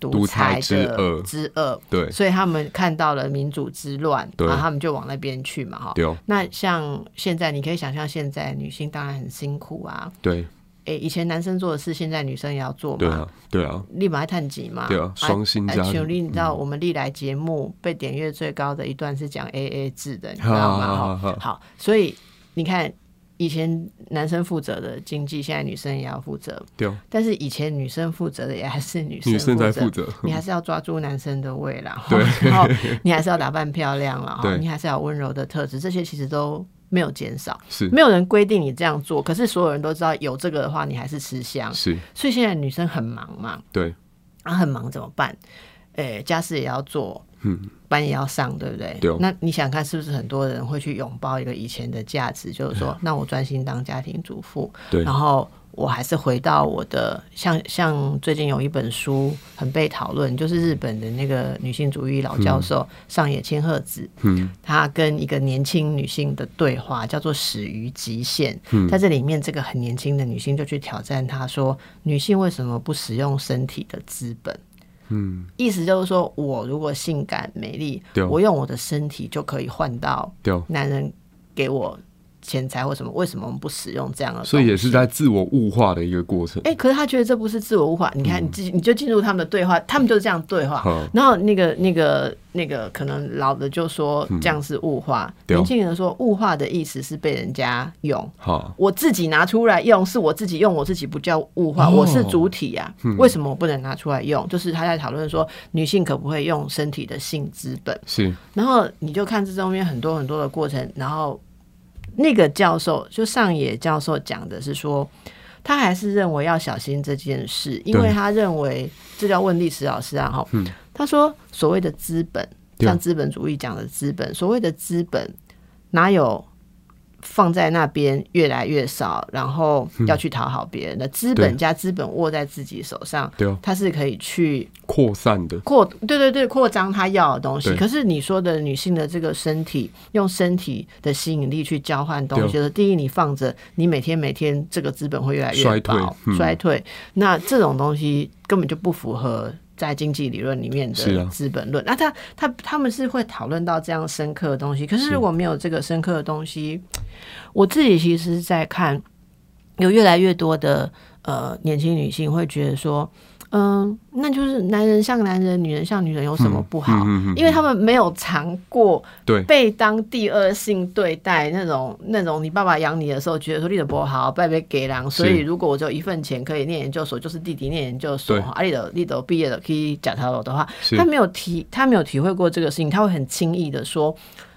Speaker 1: 独
Speaker 2: 独裁
Speaker 1: 裁
Speaker 2: 之
Speaker 1: 的
Speaker 2: 恶
Speaker 1: 之恶，
Speaker 2: 对，
Speaker 1: 所以他们看到了民主之乱，
Speaker 2: 对
Speaker 1: 然后他们就往那边去嘛，哈。
Speaker 2: 对哦，
Speaker 1: 那像现在，你可以想象，现在女性当然很辛苦啊，
Speaker 2: 对，
Speaker 1: 诶、以前男生做的事，现在女生也要做
Speaker 2: 对
Speaker 1: 嘛
Speaker 2: 啊，，对啊，
Speaker 1: 立马探级嘛，
Speaker 2: 对啊双薪家庭嗯
Speaker 1: 像你知道，我们历来节目被点阅最高的一段是讲 A A 制的，你知道
Speaker 2: 好好
Speaker 1: 吗？
Speaker 2: 好
Speaker 1: 哈，好，所以你看，以前男生负责的经济，现在女生也要负责，
Speaker 2: 对哦，
Speaker 1: 但是以前女生负责的也还是女
Speaker 2: 女生在
Speaker 1: 责
Speaker 2: 负。责，
Speaker 1: 你还是要抓住男生的胃啦，
Speaker 2: 对
Speaker 1: 然后你还是要打扮漂亮了，哈
Speaker 2: 对
Speaker 1: 你还是要有温柔的特质，这些其实都没有减少。
Speaker 2: 是
Speaker 1: 没有人规定你这样做，可是所有人都知道有这个的话，你还是吃香。
Speaker 2: 是，
Speaker 1: 所以现在女生很忙嘛，
Speaker 2: 对，
Speaker 1: 啊，很忙怎么办？诶、家事也要做，
Speaker 2: 嗯，
Speaker 1: 班也要上，对不对？
Speaker 2: 对哦
Speaker 1: 那你想看是不是很多人会去拥抱一个以前的价值，就是
Speaker 2: 哎
Speaker 1: 说，那我专心当家庭主妇，
Speaker 2: 对
Speaker 1: 然，后我还是回到我的像像最近有一本书很被讨论，就是日本的那个女性主义老教授、上野千鹤子，
Speaker 2: 嗯，
Speaker 1: 她跟一个年轻女性的对话叫做“始于极限”
Speaker 2: 嗯
Speaker 1: 在这里面，这个很年轻的女性就去挑战她说，女性为什么不使用身体的资本？
Speaker 2: 嗯，
Speaker 1: 意思就是说，我如果性感美丽
Speaker 2: 对哦，
Speaker 1: 我用我的身体就可以换到
Speaker 2: 对哦，
Speaker 1: 男人给我钱财或什么，为什么我们不使用这样的东西？
Speaker 2: 所以也是在自我物化的一个过程，
Speaker 1: 哎、可是他觉得这不是自我物化。你看，你自己你就进入他们的对话，他们就是这样对话。
Speaker 2: 嗯好，
Speaker 1: 然后那个那个那个，可能老的就说这样是物化，
Speaker 2: 嗯对哦
Speaker 1: 年轻人说物化的意思是被人家用。
Speaker 2: 好，
Speaker 1: 我自己拿出来用，是我自己用，我自己不叫物化，
Speaker 2: 哦嗯
Speaker 1: 我是主体啊。为什么我不能拿出来用？就是他在讨论说，女性可不可以用身体的性资本？
Speaker 2: 是，
Speaker 1: 然后你就看这中间很多很多的过程，然后那个教授就上野教授讲的是说，他还是认为要小心这件事，因为他认为这叫问历史老师啊，哈、他说所谓的资本，
Speaker 2: 嗯对啊
Speaker 1: 像资本主义讲的资本，所谓的资本哪有？放在那边越来越少，然后
Speaker 2: 嗯
Speaker 1: 要去讨好别人的资本加资本握在自己手上，
Speaker 2: 对啊，
Speaker 1: 它是可以去
Speaker 2: 扩散的，
Speaker 1: 扩，对对对，扩张他要的东西。
Speaker 2: 对
Speaker 1: 可是你说的女性的这个身体，用身体的吸引力去交换东
Speaker 2: 对
Speaker 1: 西，就是第一，你放着，你每天每天这个资本会越来越
Speaker 2: 衰退
Speaker 1: 薄
Speaker 2: 嗯
Speaker 1: 衰退。那这种东西根本就不符合。在经济理论里面
Speaker 2: 是
Speaker 1: 的
Speaker 2: 啊
Speaker 1: 资本论，那、他他他们是会讨论到这样深刻的东西。可是如果没有这个深刻的东西，我自己其实是在看，有越来越多的呃年轻女性会觉得说，嗯，那就是男人像男人，女人像女人有什么不好？
Speaker 2: 嗯嗯嗯
Speaker 1: 因为他们没有尝过
Speaker 2: 对
Speaker 1: 被当第二性对待那种那种，你爸爸养你的时候觉得说你的不好，拜拜给狼，所以如果我只有一份钱可以念研究所，就是弟弟念研究所，
Speaker 2: 对
Speaker 1: 啊，你的你的毕业了可以讲他的话，
Speaker 2: 是
Speaker 1: 他没有体他没有体会过这个事情，他会很轻易的说。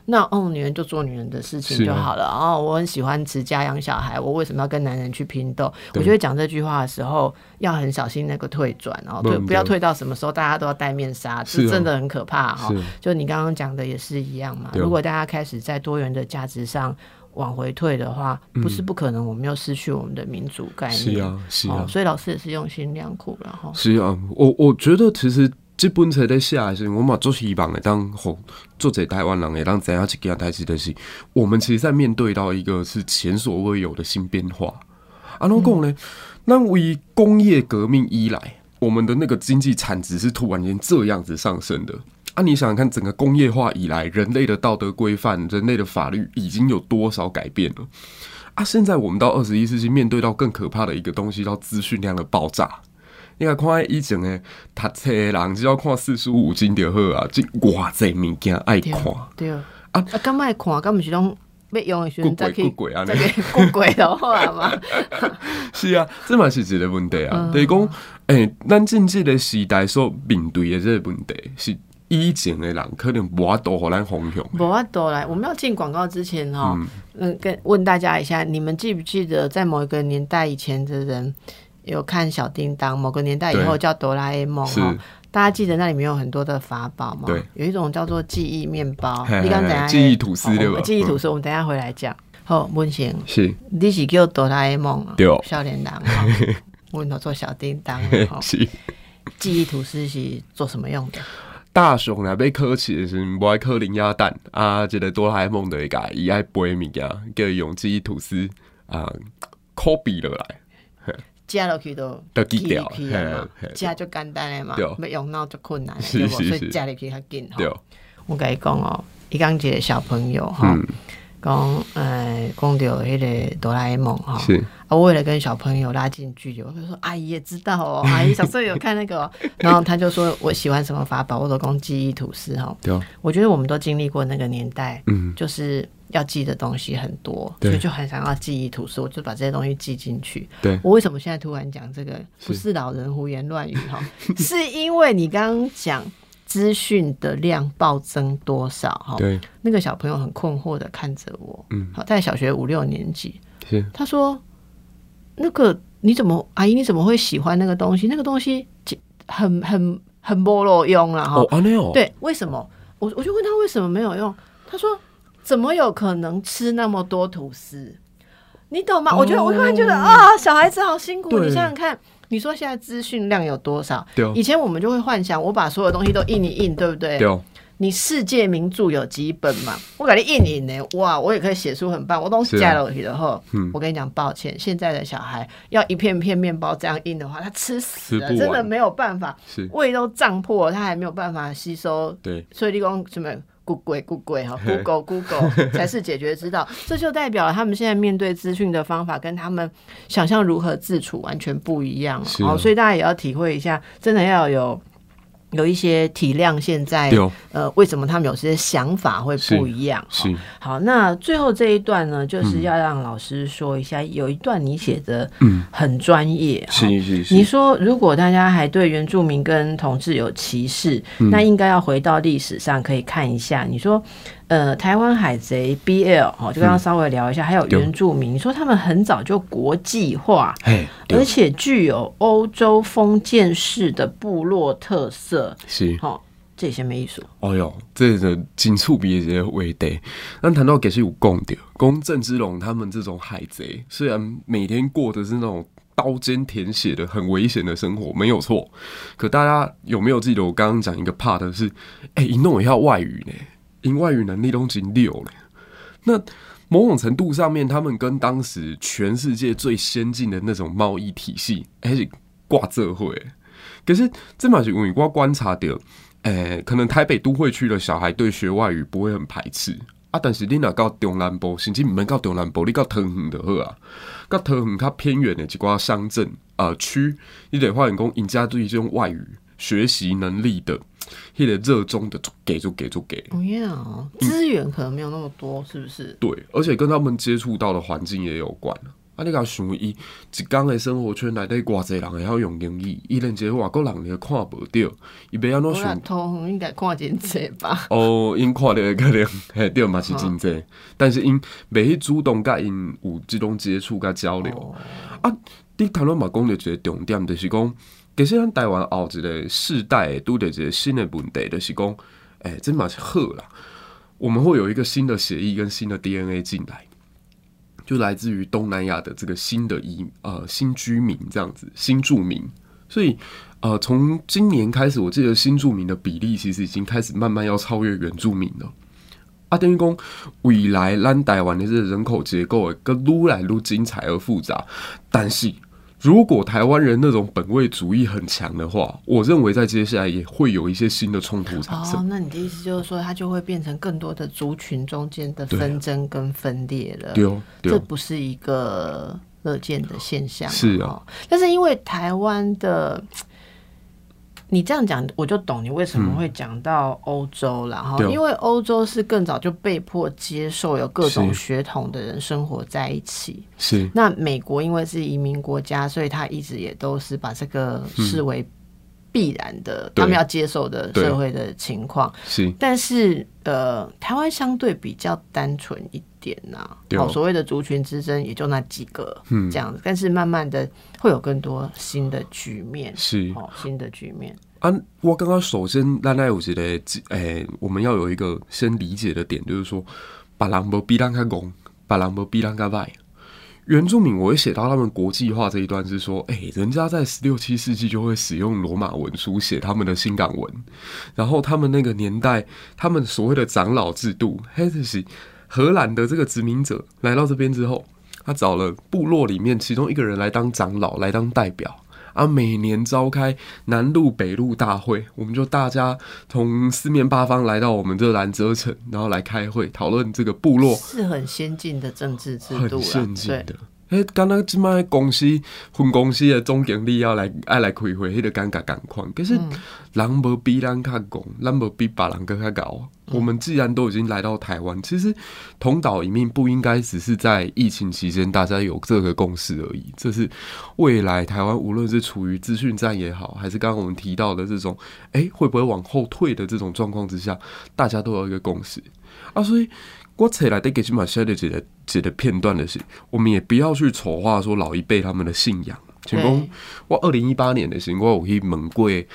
Speaker 1: 那哦，女人就做女人的事情
Speaker 2: 是啊
Speaker 1: 就好了。哦，我很喜欢持家养小孩，我为什么要跟男人去拼斗？我
Speaker 2: 对
Speaker 1: 觉得讲这句话的时候要很小心那个退转哦，
Speaker 2: 不
Speaker 1: 对，
Speaker 2: 能
Speaker 1: 不要
Speaker 2: 对
Speaker 1: 退到什么时候大家都要戴面纱，
Speaker 2: 是
Speaker 1: 这
Speaker 2: 啊
Speaker 1: 真的很可怕哈、
Speaker 2: 是
Speaker 1: 就你刚刚讲的也是一样嘛。
Speaker 2: 对啊
Speaker 1: 如果大家开始在多元的价值上往回退的话，不是不可能，我们又失去我们的民主概念。
Speaker 2: 嗯是啊是
Speaker 1: 哦
Speaker 2: 啊，
Speaker 1: 所以老师也是用心良苦了哈。
Speaker 2: 是啊，我我觉得其实这本册在写的时候，我嘛做希望的当吼做者台湾人的当怎样去给他代志的是，我们其实在面对到一个是前所未有的新变化。啊，怎讲呢？那为工业革命以来，我们的那个经济产值是突然间这样子上升的。啊，你想想看，整个工业化以来，人类的道德规范、人类的法律已经有多少改变了？啊，现在我们到二十一世纪，面对到更可怕的一个东西，叫资讯量的爆炸。你若看以前的读册的人，只要看四书五经就好啊，这偌济物件爱
Speaker 1: 对
Speaker 2: 看。
Speaker 1: 对啊，
Speaker 2: 啊
Speaker 1: 刚卖看，刚不是拢要用的时候再去
Speaker 2: 过过过啊
Speaker 1: 再去过过的话嘛。
Speaker 2: 是啊，这嘛是一个问题
Speaker 1: 嗯
Speaker 2: 啊。就是讲，诶、咱真即个时代所面对的这个问题，是以前的人可能无法度互咱方向。
Speaker 1: 我要多嗯来，我们要进广告之前哈、嗯，跟问大家一下，你们记不记得在某一个年代以前的人有看小叮当，某个年代以后
Speaker 2: 对
Speaker 1: 叫哆啦 A 梦
Speaker 2: 是
Speaker 1: 哈？大家记得那里面有很多的法宝吗？
Speaker 2: 对，
Speaker 1: 有一种叫做记忆面包
Speaker 2: 嘿，嘿
Speaker 1: 你刚等下哦
Speaker 2: 嘿记忆吐司
Speaker 1: 好我们
Speaker 2: 对吧嗯
Speaker 1: 记忆吐司，我们等一下回来讲。好，文贤，
Speaker 2: 是
Speaker 1: 你是叫哆啦 A 梦啊？
Speaker 2: 对。
Speaker 1: 少年郎哈， 我们都做小叮当哈
Speaker 2: 哦是，
Speaker 1: 记忆吐司是做什么用的？
Speaker 2: 大雄若要考试的时阵，无爱考零鸭蛋啊，一个哆啦 A 梦就会甲伊爱背物件，叫伊用记忆吐司啊，copy 落来。
Speaker 1: 加落去都
Speaker 2: 就记掉了
Speaker 1: 去了嘛
Speaker 2: 嘿嘿，
Speaker 1: 加就简单的嘛，
Speaker 2: 对
Speaker 1: 要用脑就困难的，
Speaker 2: 是
Speaker 1: 对不
Speaker 2: 是
Speaker 1: 所以
Speaker 2: 是
Speaker 1: 加入去较紧吼
Speaker 2: 对，
Speaker 1: 我甲伊讲哦，伊讲一个小朋友吼
Speaker 2: 嗯，
Speaker 1: 讲呃，讲到迄个哆啦 A 梦吼，
Speaker 2: 是
Speaker 1: 啊，我为了跟小朋友拉近距离，我就说阿姨也知道哦， 阿姨小时候有看那个哦，然后他就说我喜欢什么法宝，我都讲记忆吐司哈。
Speaker 2: 对，
Speaker 1: 我觉得我们都经历过那个年代，
Speaker 2: 嗯，
Speaker 1: 就是要记的东西很多，
Speaker 2: 对
Speaker 1: 所以就很想要记忆吐司，我就把这些东西记进去。
Speaker 2: 对
Speaker 1: 我为什么现在突然讲这个？不是老人胡言乱语哈， 是因为你刚刚讲资讯的量暴增多少哈？
Speaker 2: 对
Speaker 1: 那个小朋友很困惑的看着我，
Speaker 2: 嗯，
Speaker 1: 好，在小学五六年级，
Speaker 2: 是
Speaker 1: 他说：“那个你怎么，阿姨你怎么会喜欢那个东西？那个东西很很很没路用了哈。
Speaker 2: 哦，安尼哦，
Speaker 1: 对，为什么？我我就问他为什么没有用，他说怎么有可能吃那么多吐司？你懂吗？我觉得我突然觉得啊、小孩子好辛苦。
Speaker 2: 哦对
Speaker 1: 你想想看，你说现在资讯量有多少？
Speaker 2: 对哦
Speaker 1: 以前我们就会幻想，我把所有东西都印一印，对不对？
Speaker 2: 对哦
Speaker 1: 你世界名著有几本嘛？我感觉印印呢，哇，我也可以写出很棒。我东西
Speaker 2: 是啊
Speaker 1: 加了去了后，
Speaker 2: 嗯
Speaker 1: 哦我跟你讲，抱歉，现在的小孩要一片片面包这样印的话，他吃死了，
Speaker 2: 吃不
Speaker 1: 真的
Speaker 2: 完
Speaker 1: 没有办法，
Speaker 2: 是，
Speaker 1: 胃都胀破了，他还没有办法吸收
Speaker 2: 对
Speaker 1: 所以你讲什么 Google Google 哈
Speaker 2: 嘿
Speaker 1: ，Google Google 才是解决之道。这就代表了他们现在面对资讯的方法跟他们想象如何自处完全不一样了
Speaker 2: 是啊
Speaker 1: 哦，所以大家也要体会一下，真的要有有一些体谅现在
Speaker 2: 对
Speaker 1: 呃为什么他们有些想法会不一样。
Speaker 2: 是
Speaker 1: 哦好，那最后这一段呢，就是要让老师说一下，有一段你写的
Speaker 2: 嗯
Speaker 1: 很专业，哦
Speaker 2: 是是
Speaker 1: 你
Speaker 2: 是，
Speaker 1: 说，如果大家还对原住民跟同志有歧视，
Speaker 2: 嗯
Speaker 1: 那应该要回到历史上可以看一下。你说，呃，台湾海贼 BL 哦，就刚刚稍微聊一下，还有
Speaker 2: 对
Speaker 1: 原住民，你说他们很早就国际化，
Speaker 2: 嘿，
Speaker 1: 而
Speaker 2: 对
Speaker 1: 且具有欧洲封建式的部落特色。
Speaker 2: 是
Speaker 1: 好、哦，这什么意思？
Speaker 2: 哎哟，这个紧触鼻的一个话题。咱谈到其实有讲到，讲郑芝龙他们这种海贼，虽然每天过的是那种刀尖舔血的很危险的生活，没有错。可大家有没有记得我刚刚讲一个 part 是，哎、欸，一弄也要外语呢，因外语能力都已经六了。那某种程度上面，他们跟当时全世界最先进的那种贸易体系，还是挂这会。可是这嘛是因为我观察到。诶、欸，可能台北都会区的小孩对学外语不会很排斥啊，但是你若到中南部，甚至毋免到中南部，你到桃园就好啊。到桃园较偏远的一寡乡镇啊区，你得发现讲，人家对这种外语学习能力的，迄个热衷的给就给就给。
Speaker 1: 不要
Speaker 2: 嗯
Speaker 1: 资源可能没有那么多，是不是？
Speaker 2: 对，而且跟他们接触到的环境也有关啊！你甲想伊一工的生活圈内底偌济人会晓用英语，伊连一个外国人会看无着，伊要安怎
Speaker 1: 我
Speaker 2: 想？
Speaker 1: 头应该看真济吧？
Speaker 2: 哦，因看着可能嘿对嘛是真济，但是因袂去主动甲因有即种接触甲交流、啊。你头论嘛讲着一个重点，就是讲，其实咱台湾后一个世代拄着一个新的问题，就是讲，诶、欸，这嘛是好啦，我们会有一个新的血液跟新的 DNA 进来。就来自于东南亚的这个新的移呃新居民这样子新住民，所以呃从今年开始，我记得新住民的比例其实已经开始慢慢要超越原住民了。啊，等于讲未来咱台湾的这个人口结构会更愈来愈精彩而复杂，但是如果台湾人那种本位主义很强的话，我认为在接下来也会有一些新的冲突产
Speaker 1: 哦
Speaker 2: 生。，
Speaker 1: 那你的意思就是说，它就会变成更多的族群中间的
Speaker 2: 对啊
Speaker 1: 纷争跟分裂了。
Speaker 2: 对哦，对
Speaker 1: 这
Speaker 2: 哦，
Speaker 1: 不是一个乐见的现象。
Speaker 2: 是啊
Speaker 1: 哦，但是因为台湾的，你这样讲我就懂你为什么会讲到欧洲啦。哈、
Speaker 2: 嗯对哦
Speaker 1: 因为欧洲是更早就被迫接受有各种
Speaker 2: 是
Speaker 1: 血统的人生活在一起。
Speaker 2: 是
Speaker 1: 那美国因为是移民国家，所以他一直也都是把这个视为必然的，
Speaker 2: 嗯对
Speaker 1: 他们要接受的
Speaker 2: 对
Speaker 1: 社会的情况。
Speaker 2: 是，
Speaker 1: 但是呃，台湾相对比较单纯一点呐、
Speaker 2: 对哦
Speaker 1: 好、所谓的族群之争也就那几个，
Speaker 2: 嗯
Speaker 1: 这样子。但是慢慢的会有更多新的局面，
Speaker 2: 是。
Speaker 1: 哦，新的局面。
Speaker 2: 啊，我刚刚首先咱爱有一个，诶、我们要有一个先理解的点，就是说，把人无比咱较戆，把人无比咱较歹。原住民我会写到他们国际化这一段是说，诶、人家在十六七世纪就会使用罗马文书写他们的新港文，然后他们那个年代，他们所谓的长老制度，嘿，就是荷兰的这个殖民者来到这边之后，他找了部落里面其中一个人来当长老，来当代表。啊，每年召开南路、北路大会，我们就大家从四面八方来到我们这兰遮城，然后来开会讨论这个部落
Speaker 1: 是很先进的政治制度
Speaker 2: 很
Speaker 1: 了
Speaker 2: 先，进
Speaker 1: 对
Speaker 2: 的。哎，刚刚即摆公司分公司的总经理要来爱来开会，迄、个感觉共款。可
Speaker 1: 嗯
Speaker 2: 是人无比咱较戆，咱无比别人更较高。
Speaker 1: 嗯
Speaker 2: 我们既然都已经来到台湾，其实同岛一命不应该只是在疫情期间大家有这个共识而已。这是未来台湾无论是处于资讯战也好，还是刚刚我们提到的这种，哎、会不会往后退的这种状况之下，大家都有一个共识。啊，所以我扯来的给金马写的几个几个片段的是，我们也不要去丑化说老一辈他们的信仰。像讲
Speaker 1: 对
Speaker 2: 我二零一八年的时候，我有去问过诶，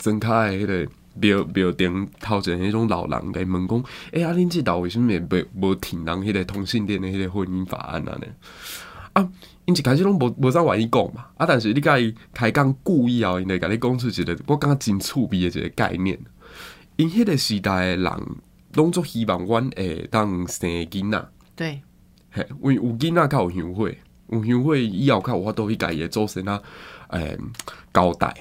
Speaker 2: 曾开的迄个庙庙顶头前迄种老人来问讲，诶、啊恁这道为什么袂无停人迄个同性恋的迄个婚姻法案啊呢？啊，因一开始拢无无啥愿意讲嘛，啊，但是你甲伊开讲故意后，因来甲你讲出一个我感觉真趣味的一个概念。因迄个时代的人，拢足希望阮会当生囡仔，
Speaker 1: 对，
Speaker 2: 嘿，因为有囡仔较有香火，有香火以后较有法度去家己的祖先啊，诶、交代。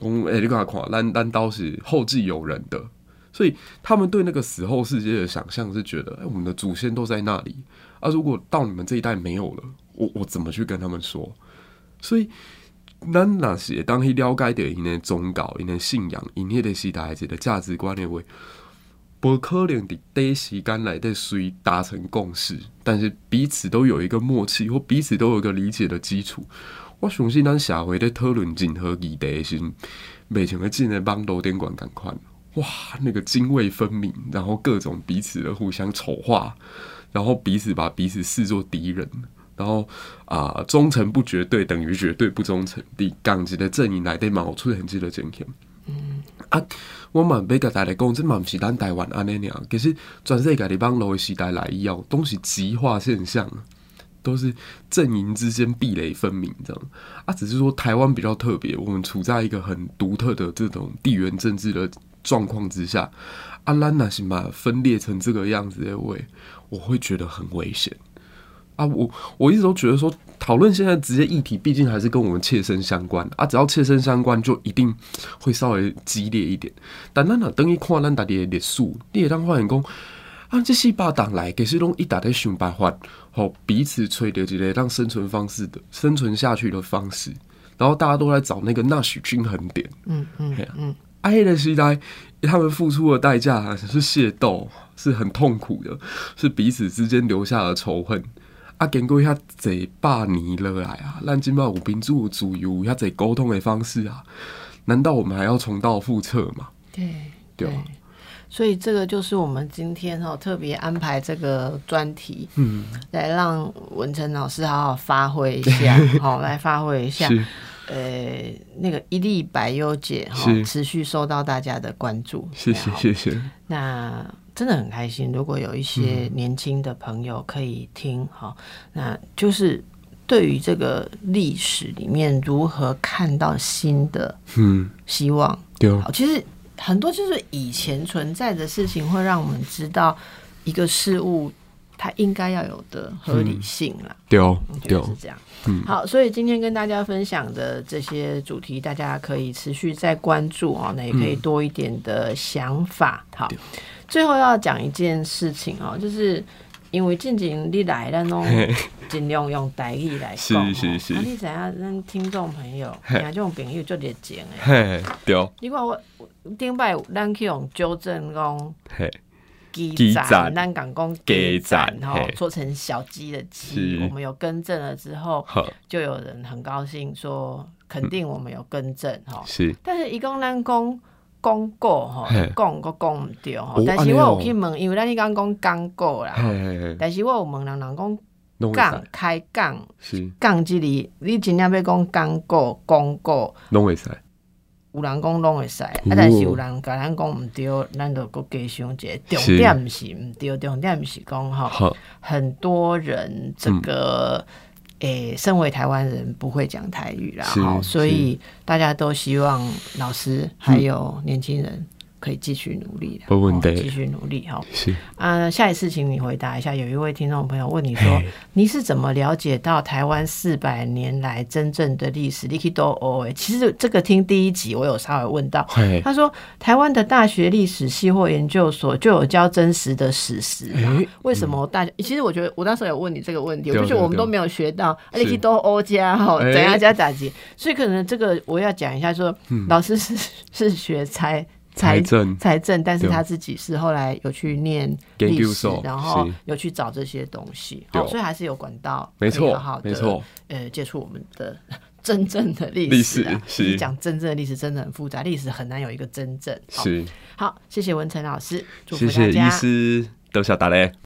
Speaker 2: 讲诶、欸你看看，咱咱刀是后继有人的，所以他们对那个死后世界的想象是觉得，哎、我们的祖先都在那里啊，如果到你们这一代没有了，我我怎么去跟他们说？所以。咱若是会当去了解着因的宗教、因的信仰、因迄个时代的一个价值观的话，不可能伫短时间内底随达成共识，但是彼此都有一个默契，或彼此都有一个理解的基础。我相信咱社会咧讨论任何议题的时候，袂像个进的网络顶管共款。哇，那个泾渭分明，然后各种彼此的互相丑化，然后彼此把彼此视作敌人，然后啊、忠诚不绝对等于绝对不忠诚，伫港籍的阵营内底嘛有出现即个情形。啊，我嘛要甲大家讲，这嘛毋是咱台湾安尼尔，其实全世界伫网络诶时代来以后，都是极化现象啊，都是阵营之间壁垒分明这样。啊，只是说台湾比较特别，我们处在一个很独特的这种地缘政治的状况之下，啊，咱若是嘛分裂成这个样子的话，我会觉得很危险。啊，我我一直都觉得说，讨论现在职业议题，毕竟还是跟我们切身相关啊。只要切身相关，就一定会稍微激烈一点。但咱若等于看咱家己的历史，你会当发现讲，啊，这四百党来，其实拢一直在想办法，吼彼此找到一个让生存方式的生存下去的方式，然后大家都在找那个纳许均衡点。
Speaker 1: 嗯嗯
Speaker 2: 嘿啊
Speaker 1: 嗯，
Speaker 2: 爱的时代，他们付出的代价是械斗，是很痛苦的，是彼此之间留下的仇恨。啊，经过遐侪百年落来啊，咱今嘛有民主、有啊自由，有遐侪沟通的方式啊，难道我们还要重蹈覆辙吗？
Speaker 1: 对
Speaker 2: 对啊
Speaker 1: 所以这个就是我们今天哈、哦、特别安排这个专题，
Speaker 2: 嗯，
Speaker 1: 来让文成老师好好发挥一 下，好、来发挥一下。
Speaker 2: 是，
Speaker 1: 呃，那个一粒百优姐哈、
Speaker 2: 是
Speaker 1: 持续受到大家的关注，
Speaker 2: 谢谢
Speaker 1: 对啊
Speaker 2: 谢谢，
Speaker 1: 那真的很开心，如果有一些年轻的朋友可以听哈、那就是对于这个历史里面如何看到新的
Speaker 2: 嗯，
Speaker 1: 希望，
Speaker 2: 对哦，
Speaker 1: 好，其实很多就是以前存在的事情，会让我们知道一个事物它应该要有的合理性啦。
Speaker 2: 对哦
Speaker 1: 我觉
Speaker 2: 对
Speaker 1: 得
Speaker 2: 哦
Speaker 1: 是这样。好，所以今天跟大家分享的这些主题，大家可以持续再关注哦，那也可
Speaker 2: 嗯
Speaker 1: 以多一点的想法。好，最后要讲一件事情哦，就是。因为近近你来，咱拢
Speaker 2: 嘿
Speaker 1: 尽量用台语来讲哦。
Speaker 2: 是是是
Speaker 1: 啊，你知影咱听众朋友、
Speaker 2: 嘿
Speaker 1: 听众朋友就热情诶。
Speaker 2: 嘿，对哦
Speaker 1: 你看我我顶摆有咱去用纠正讲
Speaker 2: 嘿，
Speaker 1: 鸡
Speaker 2: 鸡
Speaker 1: 展，
Speaker 2: 展
Speaker 1: 咱讲讲
Speaker 2: 鸡
Speaker 1: 展
Speaker 2: 展
Speaker 1: 吼
Speaker 2: 嘿，
Speaker 1: 做成小鸡的鸡，
Speaker 2: 是
Speaker 1: 我们有更正了之后，
Speaker 2: 好，
Speaker 1: 就有人很高兴说肯定我们有更正吼。
Speaker 2: 是，
Speaker 1: 但是伊讲咱讲广告吼
Speaker 2: 嗯嘿，
Speaker 1: 讲个讲毋对吼
Speaker 2: 哦，
Speaker 1: 但是
Speaker 2: 安尼
Speaker 1: 我
Speaker 2: 哦
Speaker 1: 有去问，因为咱迄讲讲广告啦
Speaker 2: 嘿，嘿嘿，
Speaker 1: 但是我有问人人讲
Speaker 2: 拢会
Speaker 1: 杠
Speaker 2: 使，
Speaker 1: 开杠
Speaker 2: 是，
Speaker 1: 杠即字，你真正要讲广告广告。
Speaker 2: 拢会使，
Speaker 1: 有人讲拢会使，
Speaker 2: 嗯
Speaker 1: 啊，但是有人甲咱讲毋对，咱就搁加想一下。重点是毋对，重点是讲吼，
Speaker 2: 好，嗯
Speaker 1: 很多人这个诶、身为台湾人不会讲台语啦，
Speaker 2: 是
Speaker 1: 吼，
Speaker 2: 是
Speaker 1: 所以大家都希望老师还有年轻人可以继续努力啦，
Speaker 2: 没问题
Speaker 1: 吼继续努力哈。
Speaker 2: 是，
Speaker 1: 啊，下一次请你回答一下，有一位听众朋友问你说
Speaker 2: 嘿，
Speaker 1: 你是怎么了解到台湾四百年来真正的历史？你可以都哦，其实这个听第一集我有稍微问到。
Speaker 2: 嘿，
Speaker 1: 他说，台湾的大学历史系或研究所就有教真实的史实嘛
Speaker 2: 诶嗯
Speaker 1: 为什么大家？其实我觉得我当时有问你这个问题，我
Speaker 2: 对啊
Speaker 1: 就觉得我们
Speaker 2: 对
Speaker 1: 都没有学到，而
Speaker 2: 是
Speaker 1: 且都欧加哈，
Speaker 2: 诶
Speaker 1: 怎样加打击？所以可能这个我要讲一下说，老师是 是学财
Speaker 2: 嗯财政
Speaker 1: 财政，但是
Speaker 2: 对啊
Speaker 1: 他自己是后来有去念
Speaker 2: 研
Speaker 1: 历
Speaker 2: 究
Speaker 1: 史
Speaker 2: 所，
Speaker 1: 然后
Speaker 2: 是
Speaker 1: 有去找这些东西，
Speaker 2: 对哦
Speaker 1: 好，所以还是有管道，
Speaker 2: 没
Speaker 1: 可以
Speaker 2: 错
Speaker 1: 好好，的
Speaker 2: 没错，
Speaker 1: 呃，接触我们的 真正的历
Speaker 2: 历
Speaker 1: 史啊，
Speaker 2: 史
Speaker 1: 其实
Speaker 2: 是
Speaker 1: 讲真正的历史真的很复杂，历史很难有一个真正。好
Speaker 2: 是，
Speaker 1: 好，谢谢文成老师，祝福
Speaker 2: 谢谢
Speaker 1: 大
Speaker 2: 医
Speaker 1: 家。
Speaker 2: 师，多谢大家。